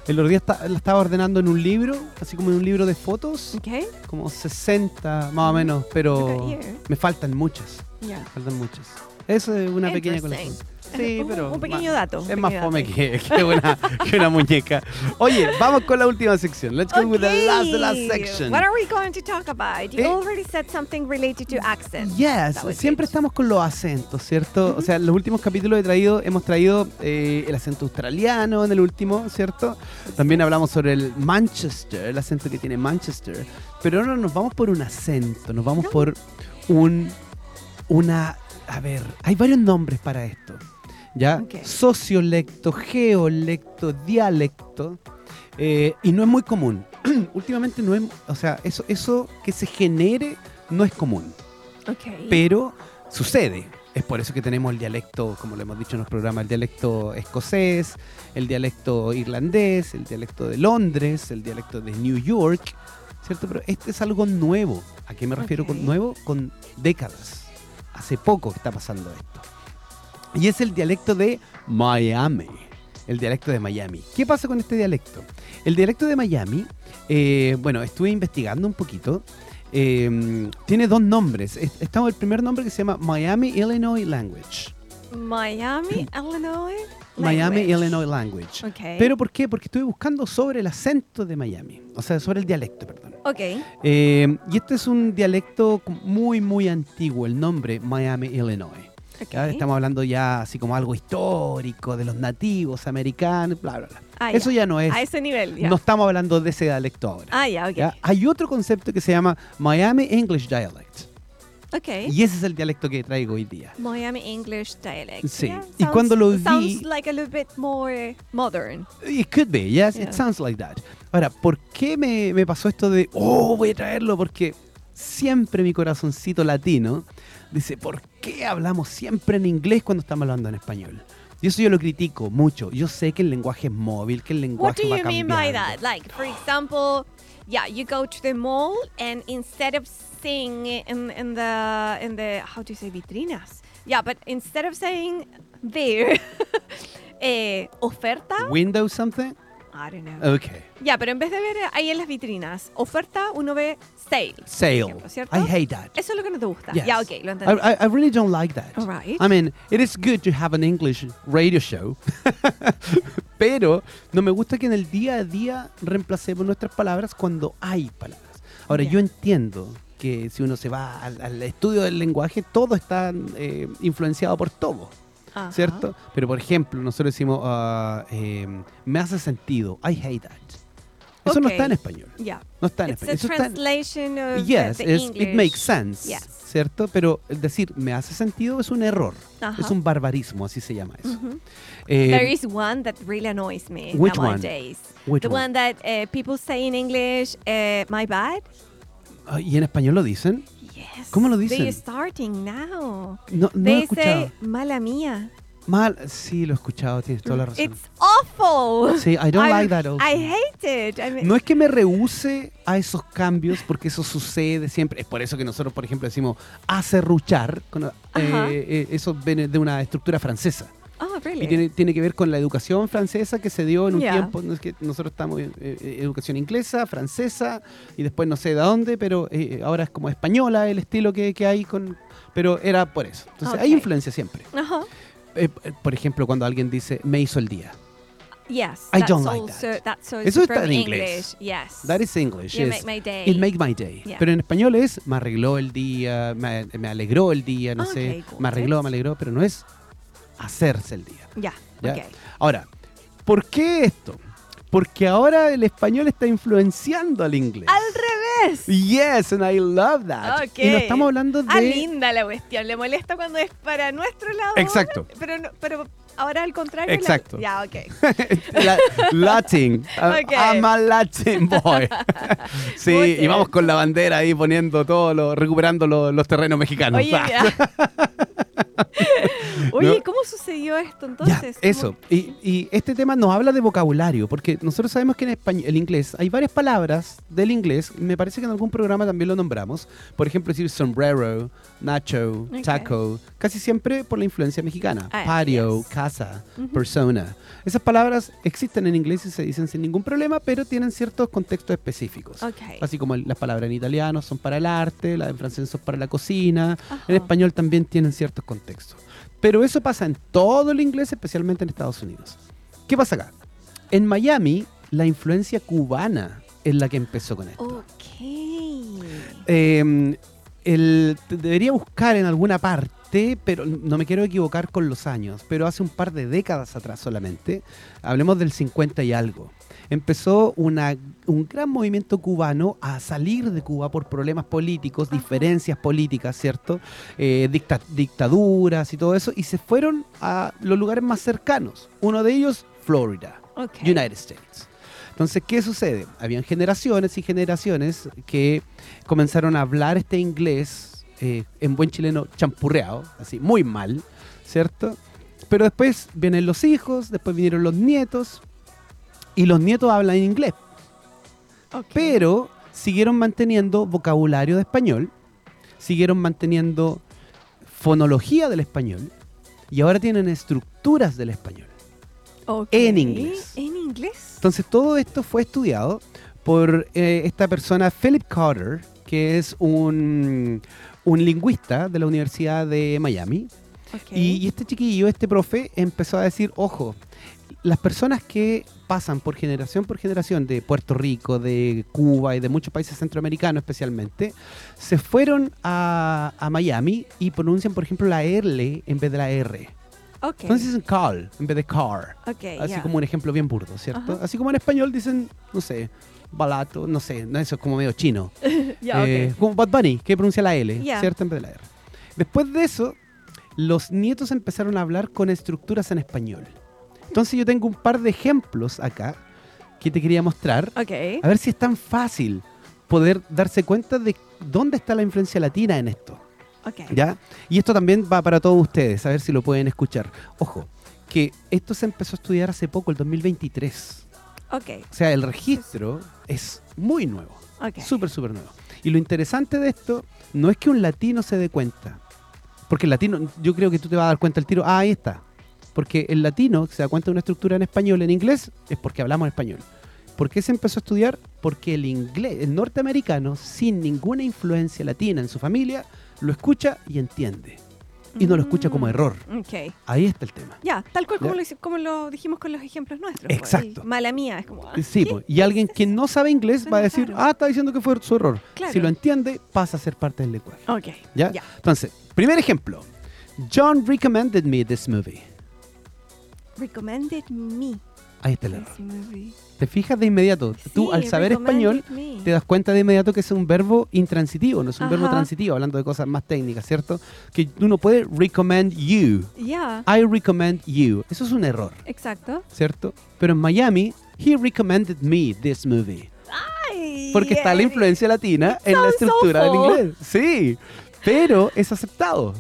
El otro día esta- la estaba ordenando en un libro, así como en un libro de fotos.
Ok,
Como 60 más o menos, pero
Look at here.
me faltan muchas.
ya.
me Faltan muchas. Eso es una pequeña
Interesting.
colección. Sí,
Un-
pero.
un pequeño
ma-
dato, un
Es más
pequeño
fome
dato.
que, que una, que una muñeca. Oye, vamos con la última sección. Let's go with the last, the last
Okay.
section.
What are we going to talk about? You
Eh.
already said something related to accents.
Yes,
That was
siempre
it.
estamos con los acentos, ¿cierto? O sea, en los últimos capítulos he traído, hemos traído eh, el acento australiano en el último, ¿cierto? También hablamos sobre el Manchester, el acento que tiene Manchester. Pero ahora nos vamos por un acento, nos vamos por un, una, a ver, hay varios nombres para esto, ¿ya?
Ok.
Sociolecto, geolecto, dialecto. eh, y no es muy común. Últimamente no es, o sea, eso, eso que se genere no es común
Okay.
pero sucede. Es por eso que tenemos el dialecto, como lo hemos dicho en los programas, el dialecto escocés, el dialecto irlandés, el dialecto de Londres, el dialecto de New York, ¿cierto? Pero este es algo nuevo. ¿A qué me refiero
Ok.
con nuevo? Con décadas. Hace poco que está pasando esto. Y es el dialecto de Miami. El dialecto de Miami. ¿Qué pasa con este dialecto? El dialecto de Miami, eh, bueno, estuve investigando un poquito. eh, tiene dos nombres. Es- Está el primer nombre que se llama Miami Illinois Language.
Miami, Illinois.
Miami
language.
Illinois Language.
Ok.
¿Pero por qué? Porque estuve buscando sobre el acento de Miami. O sea, sobre el dialecto, perdón.
Ok.
Eh, y este es un dialecto muy, muy antiguo, el nombre Miami, Illinois.
ok.
Ya Estamos hablando ya así como algo histórico, de los nativos americanos, bla, bla, bla.
Ah,
Eso ya no es...
A ese nivel, ya.
No estamos hablando de ese dialecto ahora.
Ah, ya, ok.
¿ya? Hay otro concepto que se llama Miami English Dialect.
Ok.
Y ese es el dialecto que traigo hoy día.
Miami English dialect.
Sí.
Yeah,
Y cuando lo vi-
Sounds like a little bit more modern.
It could be, yes,
Yeah.
it sounds like that. Ahora, ¿por qué me, me pasó esto de, oh, voy a traerlo? Porque siempre mi corazoncito latino dice, ¿por qué hablamos siempre en inglés cuando estamos hablando en español? Y eso yo lo critico mucho. Yo sé que el lenguaje es móvil, que el
What
lenguaje
do
va
you mean by that?
cambiando.
Like, for example, yeah, you go to the mall and instead of saying in, in the in the how do you say vitrinas? Yeah, but instead of saying there, eh, oferta.
Window something?
I don't know.
Okay.
Ya, pero en vez de ver ahí en las vitrinas oferta, uno ve sale. por
Sale.
ejemplo, ¿cierto?
I hate that.
Eso es lo que no te gusta.
Yes.
Ya, ok, lo
I,
entendí.
I, I really don't like that.
All right.
I mean, it is good to have an English radio show, pero no me gusta que en el día a día reemplacemos nuestras palabras cuando hay palabras. Ahora,
Ya.
yo entiendo que si uno se va al, al estudio del lenguaje, todo está eh, influenciado por todo,
Ajá.
¿cierto? Pero, por ejemplo, nosotros decimos, ah, eh, me hace sentido, I hate that. Eso no
Ok.
está en español.
Ya.
No está en
It's
español.
a
Eso está en-
translation of uh,
Yes,
the
it's-
English.
it makes sense,
Yes.
¿cierto? Pero el decir me hace sentido es un error,
Ajá.
es un barbarismo, así se llama eso. Eh,
There is one that really annoys me
Which one?
nowadays.
Which
the
one?
one, that uh, people say in English, uh, my bad.
ah, ¿Y en español lo dicen?
Yes.
¿Cómo lo
They're
dicen?
starting now.
No, no lo he
They
escuchado.
say, mala mía.
Mal, sí, lo he escuchado, tienes toda la razón.
It's awful.
Sí, I don't like that also.
I hate it. I mean,
No es que me rehúse a esos cambios, porque eso sucede siempre. Es por eso que nosotros, por ejemplo, decimos acerruchar, con, eh,
Ajá.
eh, eso viene de una estructura francesa.
oh, really?
Y tiene, tiene que ver con la educación francesa que se dio en un
Ya.
tiempo, no es que nosotros estamos en educación inglesa, francesa, y después no sé de dónde, pero eh, ahora es como española el estilo que, que hay, con, pero era por eso. Entonces hay
Ok.
influencia siempre.
Ajá.
Eh, eh, por ejemplo, cuando alguien dice, me hizo el día.
Yes.
I
that's
don't like
also,
that.
That's also
Eso está
from
en inglés.
English. Yes.
That is English.
You
es,
make my day.
It make my day.
Eh, Yeah.
Pero en español es, me arregló el día, me, me alegró el día, no
Ok,
sé,
got
me arregló,
it.
me alegró, pero no es hacerse el día.
yeah.
¿ya?
Okay.
Ahora, ¿por qué esto? Porque ahora el español está influenciando al inglés.
Al revés.
Yes, and I love that.
Ah. Ok.
Y no estamos hablando de.
Ah, linda la cuestión. Le molesta cuando es para nuestro lado.
Exacto.
Pero, no- pero ahora al contrario. la-
Exacto.
ya, ok.
La- Latin. Ah,
Ok.
I'm a Latin boy. sí,
Muy
y
bien.
vamos con la bandera ahí poniendo todo, lo, recuperando lo- los terrenos mexicanos.
Oye,
Ah.
ya. Oye,
No.
¿cómo sucedió esto
Ya,
entonces? ¿Cómo-
eso. Y, y este tema nos habla de vocabulario, porque nosotros sabemos que en español, el inglés hay varias palabras del inglés, y me parece que en algún programa también lo nombramos. Por ejemplo, decir sombrero, nacho,
Ok.
taco, casi siempre por la influencia mexicana.
Ah,
Patio,
yes.
casa, persona. Esas palabras existen en inglés y se dicen sin ningún problema, pero tienen ciertos contextos específicos.
Ok.
Así como el- las palabras en italiano son para el arte, las en francés son para la cocina,
Ajá.
en español también tienen ciertos contextos. Pero eso pasa en todo el inglés, especialmente en Estados Unidos. ¿Qué pasa acá? En Miami, la influencia cubana es la que empezó con esto.
Ok.
Eh, el- te- debería buscar en alguna parte, pero no me quiero equivocar con los años, pero hace un par de décadas atrás solamente, hablemos del 50 y algo, empezó una- un gran movimiento cubano a salir de Cuba por problemas políticos, diferencias políticas, ¿cierto? Eh, dicta- dictaduras y todo eso, y se fueron a los lugares más cercanos, uno de ellos, Florida.
Ok.
United States. Entonces, ¿qué sucede? Habían generaciones y generaciones que comenzaron a hablar este inglés eh, en buen chileno champurreado, así, muy mal, ¿cierto? Pero después vienen los hijos, después vinieron los nietos, y los nietos hablan inglés,
Ok.
pero siguieron manteniendo vocabulario de español, siguieron manteniendo fonología del español, y ahora tienen estructuras del español.
Ok.
En inglés.
En inglés.
Entonces todo esto fue estudiado por eh, esta persona, Philip Carter, que es un, un lingüista de la Universidad de Miami.
Ok.
Y, y este chiquillo, este profe, empezó a decir, ojo, las personas que pasan por generación por generación de Puerto Rico, de Cuba y de muchos países centroamericanos especialmente, se fueron a, a Miami y pronuncian, por ejemplo, la L en vez de la
Eh.
R.
ok.
Entonces dicen call en vez de car.
Ok,
Así
Eh, ya.
como un ejemplo bien burdo, ¿cierto?
Ajá.
Así como en español dicen, no sé, balato, no sé, no, eso es como medio chino.
Ya, ok.
Eh, Como Bad Bunny, que pronuncia la L,
Ya.
¿cierto? En vez de la R. Después de eso, los nietos empezaron a hablar con estructuras en español. Entonces yo tengo un par de ejemplos acá que te quería mostrar.
Ok.
A ver si es tan fácil poder darse cuenta de dónde está la influencia latina en esto.
Ok.
¿Ya? Y esto también va para todos ustedes, a ver si lo pueden escuchar. Ojo, que esto se empezó a estudiar hace poco, el 2023.
Ok.
O sea, el registro es muy nuevo.
Ok.
Súper, súper nuevo. Y lo interesante de esto no es que un latino se dé cuenta. Porque el latino, yo creo que tú te vas a dar cuenta el tiro. Ah, ahí está. Porque el latino que se da cuenta de una estructura en español, en inglés, es porque hablamos español. ¿Por qué se empezó a estudiar? Porque el inglés, el norteamericano, sin ninguna influencia latina en su familia, lo escucha y entiende. Y no lo escucha como
Mm.
error.
Ok.
Ahí está el tema.
Ya, tal cual como,
Ya.
Lo, hice- como lo dijimos con los ejemplos nuestros. po.
Exacto.
El mala mía, es como. ah,
Sí,
¿qué?
po. y alguien que no sabe inglés va
Suena
a decir,
raro.
ah, está diciendo que fue su error.
Claro.
Si lo entiende, pasa a ser parte del lenguaje.
ah, Ok.
¿Ya?
Ya.
Entonces, primer ejemplo. John recommended me this movie.
Recommended me.
Ahí está el error.
This movie.
Te fijas de inmediato. Tú,
Sí,
al saber español,
recommended me.
te das cuenta de inmediato que es un verbo intransitivo, no es un verbo
Ajá.
transitivo, hablando de cosas más técnicas, ¿cierto? Que uno puede recommend you.
Ya,
I recommend you. Eso es un error,
exacto.
¿cierto? Pero en Miami, he recommended me this movie. Porque está la influencia latina en la
sounds
estructura del
awful.
inglés. Sí, pero es aceptado.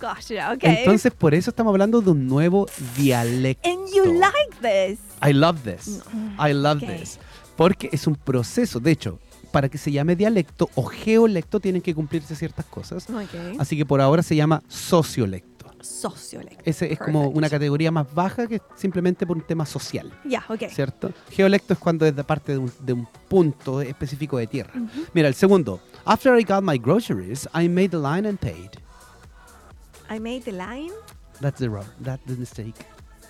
Gosh, yeah, ok.
Entonces, por eso estamos hablando de un nuevo dialecto.
And you like this.
I love this. I love
Ok.
this. Porque es un proceso. De hecho, para que se llame dialecto o geolecto tienen que cumplirse ciertas cosas.
Ok.
Así que por ahora se llama sociolecto.
Sociolect.
Ese es como
Perfect.
una categoría más baja que simplemente por un tema social,
Ya, ok.
¿cierto? Geolecto es cuando es de parte de un, de un punto específico de tierra. Mira, el segundo. After I got my groceries, I made the line and paid.
I made the line.
That's the error. That's the mistake.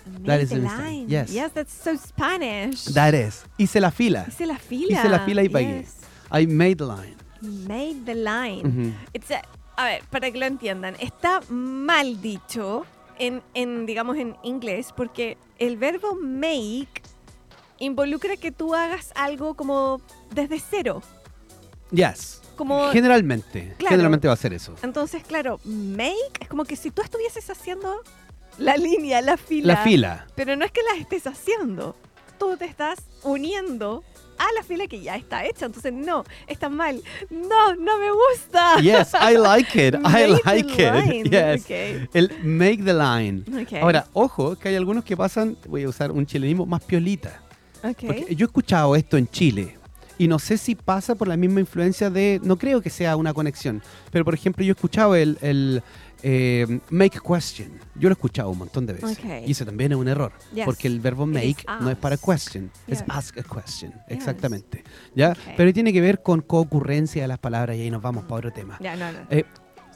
I made
is
the
the mistake.
line.
Yes.
Yes, that's so Spanish.
That is. Hice la fila.
Hice la fila.
Hice la fila y pagué.
Yes.
I made the line.
Made the line.
Ujú.
It's a, a ver, para que lo entiendan, está mal dicho en, en, digamos, en inglés porque el verbo make involucra que tú hagas algo como desde cero.
Yes.
Como,
generalmente.
Claro.
Generalmente va a ser eso.
entonces, claro, make es como que si tú estuvieses haciendo la línea, la fila.
La fila.
Pero no es que la estés haciendo. Tú te estás uniendo a la fila que ya está hecha. Entonces, no, está mal. No, no me gusta.
Yes, I like it. I
Make the
like it.
line,
Yes.
ok.
El make the line.
Ok.
Ahora, ojo, que hay algunos que pasan, voy a usar un chilenismo más piolita.
Ok.
Porque eh, yo he escuchado esto en Chile y no sé si pasa por la misma influencia de, no creo que sea una conexión, pero por ejemplo yo he escuchado el, el, eh, make question, yo lo he escuchado un montón de veces
Ok.
y eso también es un error,
Yes.
porque el verbo
It
make
is
no es para
ask.
question, es
Yes.
ask a question,
Yes.
exactamente, ¿ya?
Ok.
Pero tiene que ver con coocurrencia de las palabras y ahí nos vamos para otro tema.
Ya, no, no.
Eh,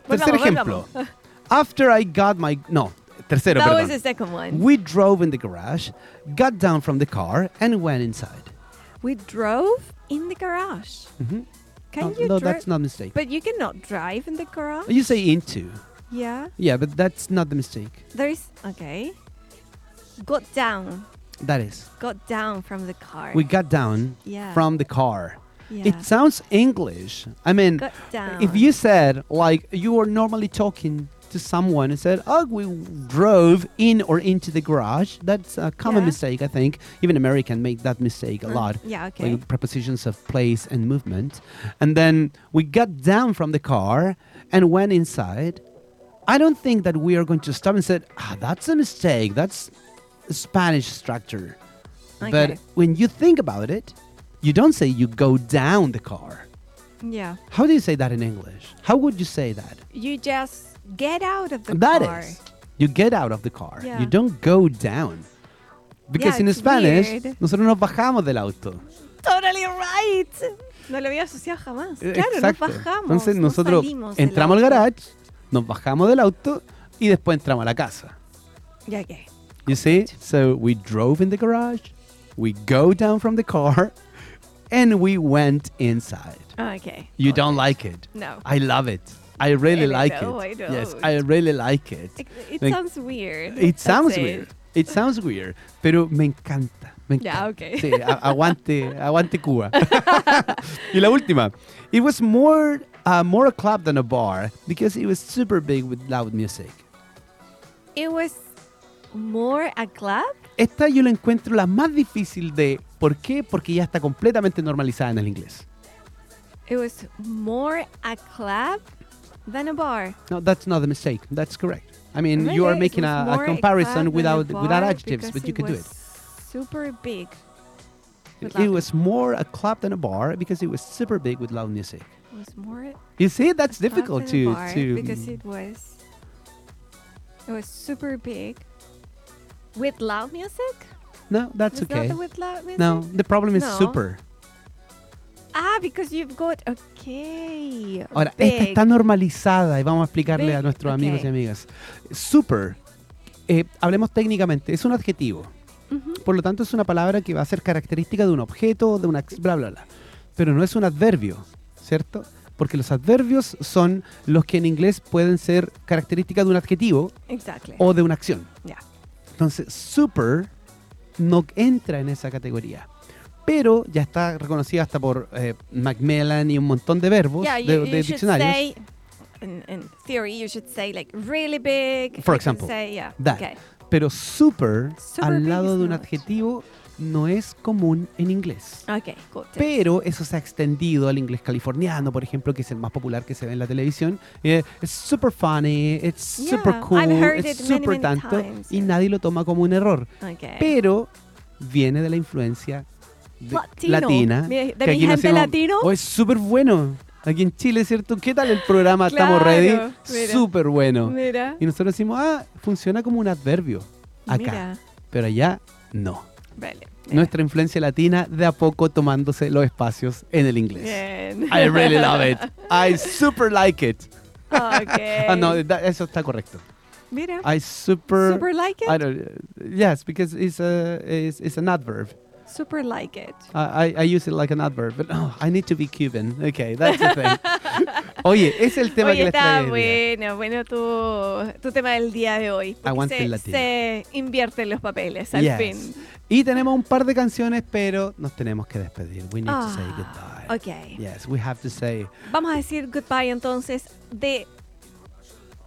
tercer ejemplo,
volvamos.
after I got my, no, tercero,
That
perdón.
was the second one.
We drove in the garage, got down from the car, and went inside.
We drove in the garage.
Mhm. no,
Can you
no,
drive?
that's not a mistake.
But you cannot drive in the garage.
you say into.
yeah.
Yeah, but that's not the mistake.
There is. Okay. Got down.
That is.
Got down from the car.
We got down
Yeah.
from the car.
Yeah.
It sounds English. I mean,
Got down.
if you said, like, you were normally talking to someone and said, oh, we drove in or into the garage, that's a common
Yeah.
mistake, I think. Even American make that mistake a
Mm,
lot.
yeah, okay.
Like prepositions of place and movement. And then we got down from the car and went inside. I don't think that we are going to stop and said, ah, that's a mistake. That's Spanish structure.
Okay.
But when you think about it, you don't say you go down the car.
yeah.
How do you say that in English? How would you say that?
You just get out of the
That
car.
is. You You get out of the car.
Yeah.
You don't go down. Because
Yeah,
in
it's
Spanish,
weird.
nosotros nos bajamos del auto.
Totally right. No lo había asociado jamás.
Eh,
Claro,
Exacto.
nos bajamos.
Entonces
no
nosotros
salimos del
entramos al
auto.
garage, nos bajamos del auto y después entramos a la casa.
Ya que.
You see? So we drove in the garage, we go down from the car, and we went inside.
Okay.
You don't like it.
No.
I love it. I really
Really?
like
No, I
it. Yes,
don't.
I really like it.
It, it
Like,
sounds weird.
It
That's
sounds
it.
weird. It sounds weird, pero me encanta. Me
Ya,
encanta.
ok.
Sí, a- aguante, aguante Cuba. y la última. It was more, uh, more a club than a bar because it was super big with loud music.
It was more a club.
Esta yo la encuentro la más difícil de. ¿Por qué? Porque ya está completamente normalizada en el inglés.
It was more a club than a bar.
No, that's not a mistake. That's correct. I mean, you
Maybe
are
it
making
was
a, a
more
comparison
club than a
without without
bar
adjectives,
because
but you can do
was
it.
Super big. with
It
loud-
was more a club than a bar because it was super big with loud music.
it was more a
You see, that's
club
difficult
than a
to
bar
to
because it was it was super big with loud music.
No, that's
was
okay.
Not with loud music.
No, the problem is
No.
super.
Ah, because you've got okay.
Ahora, esta
big.
está normalizada y vamos a explicarle a
Big,
nuestros amigos y
ok.
amigas. Super, eh, hablemos técnicamente, es un adjetivo. Por lo tanto, es una palabra que va a ser característica de un objeto, de una ex- bla, bla, bla. Pero no es un adverbio, ¿cierto? Porque los adverbios son los que en inglés pueden ser características de un adjetivo
Exactly.
o de una acción.
yeah.
Entonces, super no entra en esa categoría. Pero ya está reconocida hasta por eh, Macmillan y un montón de verbos
Yeah,
de,
you,
de
you should
diccionarios.
say in, in theory you should say like really
For
big. You should
example,
Say, yeah.
that.
Okay.
Pero super,
Super
al
big
lado
is
de un
not.
adjetivo no es común en inglés.
Okay. Got it.
Pero eso se ha extendido al inglés californiano, por ejemplo, que es el más popular que se ve en la televisión. Eh, Es super funny, es super
Yeah, I've
cool,
heard
es
it many,
super
many
tanto,
times,
y
yeah. Eh.
nadie lo toma como un error.
Okay.
Pero viene de la influencia de-
Latino.
latina.
Mi- de
que
mi
aquí nos
gente
decimos,
latino.
"Oh, es súper bueno. Aquí en Chile, ¿cierto? ¿Qué tal el programa? Estamos
Claro,
ready.
mira.
Súper bueno.
Mira.
Y nosotros decimos, ah, funciona como un adverbio acá,
Mira.
pero allá no.
Vale.
Nuestra influencia latina de a poco tomándose los espacios en el inglés.
Bien.
I really love it. I super like it.
Okay.
Ah, no, da- eso está correcto.
Mira.
I super.
Eh. super like it.
I don't, uh, yes, because it's, a, it's, it's an adverb.
super like it.
I, I- I use it like an adverb, but oh, I need to be Cuban. Okay, that's the thing. Oye, es el tema que
Oye,
les
está
traía hoy día.
bueno, bueno tu, tu tema del día de hoy. porque
Aguante
se,
el latino.
se invierten los papeles al
Yes.
fin.
Y tenemos un par de canciones, pero nos tenemos que despedir. We need to say
Ah,
goodbye.
ok.
Yes, we have to say
Vamos a decir goodbye entonces de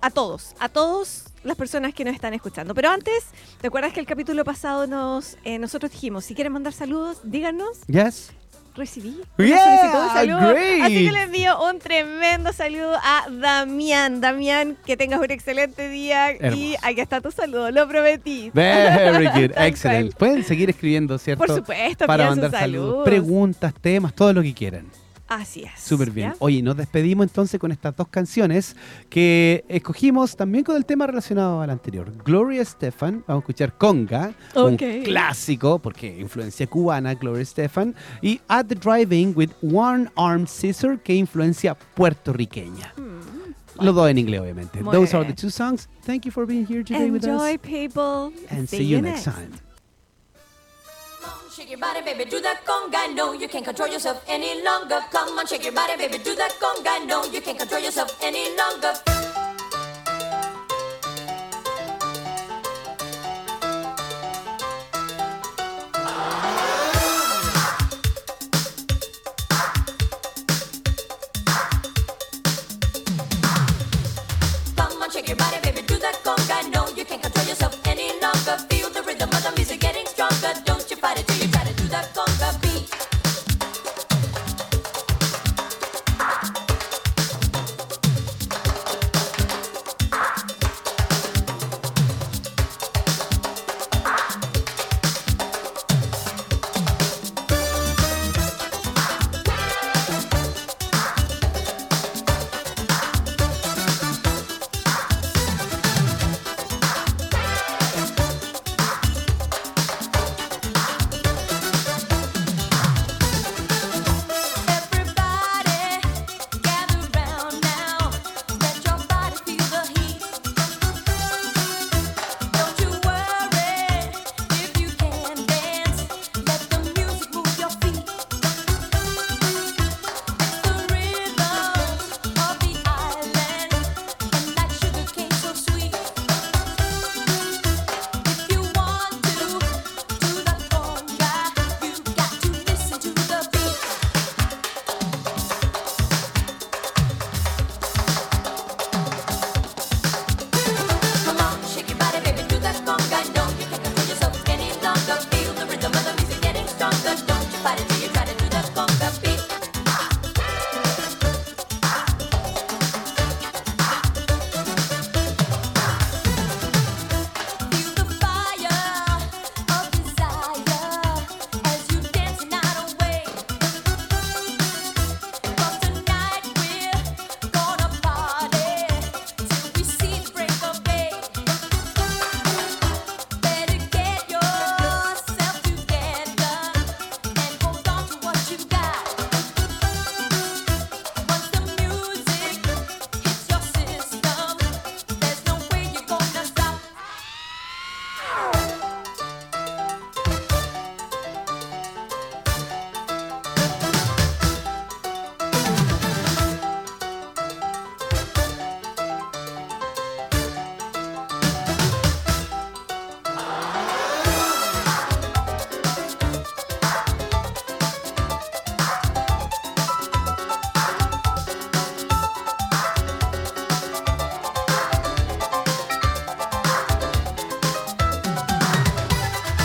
a todos, a todos las personas que nos están escuchando. Pero antes, ¿te acuerdas que el capítulo pasado nos eh, nosotros dijimos, si quieren mandar saludos, díganos?
yes.
Recibí una
Yeah,
solicitud de saludo.
great.
Así que le envío un tremendo saludo a Damián. Damián, que tengas un excelente día y
Hermoso.
aquí está tu saludo, lo prometí.
Very good,
Tal
excellent.
cual.
Pueden seguir escribiendo, ¿cierto?
Por supuesto,
Para
pidan sus
mandar
saludos.
saludos, preguntas, temas, todo lo que quieran.
Así es.
Súper bien.
¿ya?
Oye, nos despedimos entonces con estas dos canciones que escogimos también con el tema relacionado al anterior. Gloria Estefan, vamos a escuchar Conga,
Ok.
un clásico, porque influencia cubana, Gloria Estefan, y At the Driving with One Arm Scissor, que influencia puertorriqueña. Los dos en inglés, obviamente.
Mm. Muy
Those are
bien.
the two songs. Thank you for being here today with
Enjoy,
us.
people.
And see you next time.
on, shake your body, baby, do that conga. No, you can't control yourself any longer. Come on, shake your body, baby, do that conga. No, you can't control yourself any longer. Come on, shake your body, baby, do that conga. No, you can't control yourself any longer. Feel the rhythm of the music getting stronger. Don't you fight it till you try to do that conga beat.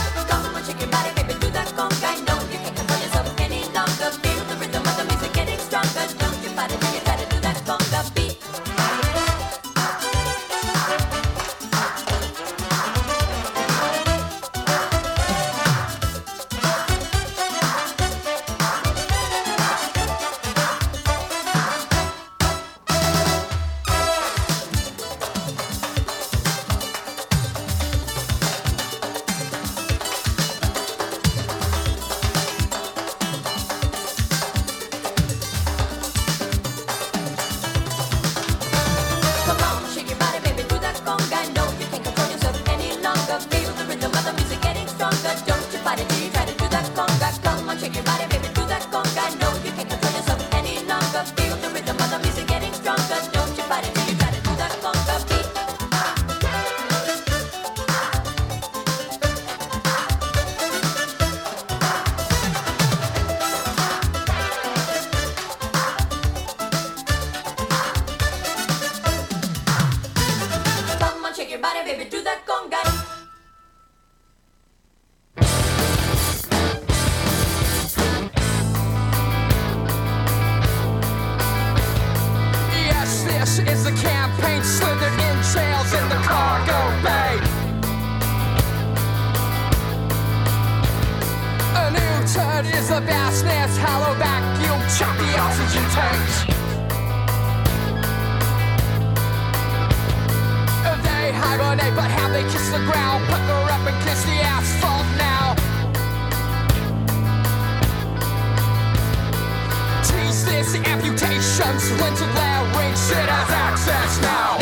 baby, do that conga. I know you can't control yourself any longer. Feel the rhythm of the music getting stronger. Don't you fight it, now you gotta do that conga beat. Come on, shake your body, baby, do that conga. I know you can't control yourself any longer. Feel the rhythm of the music getting stronger. Don't you fight it, till you try to do that conga. Come on, shake your body, baby, do that conga. I know you can't control yourself any longer. Feel the rhythm of the music getting stronger. Don't you fight it, till you try to do that conga beat. Come on, shake your body, baby, do that conga.
Yes, this is the campaign slithered in trails in the cargo bay. A new turd is the bass nest, hollow back, you chop the oxygen tanks. They hibernate, but how they kiss the ground, pucker up and kiss the asphalt now. Tease this amputation's rented lounge, shit has access now.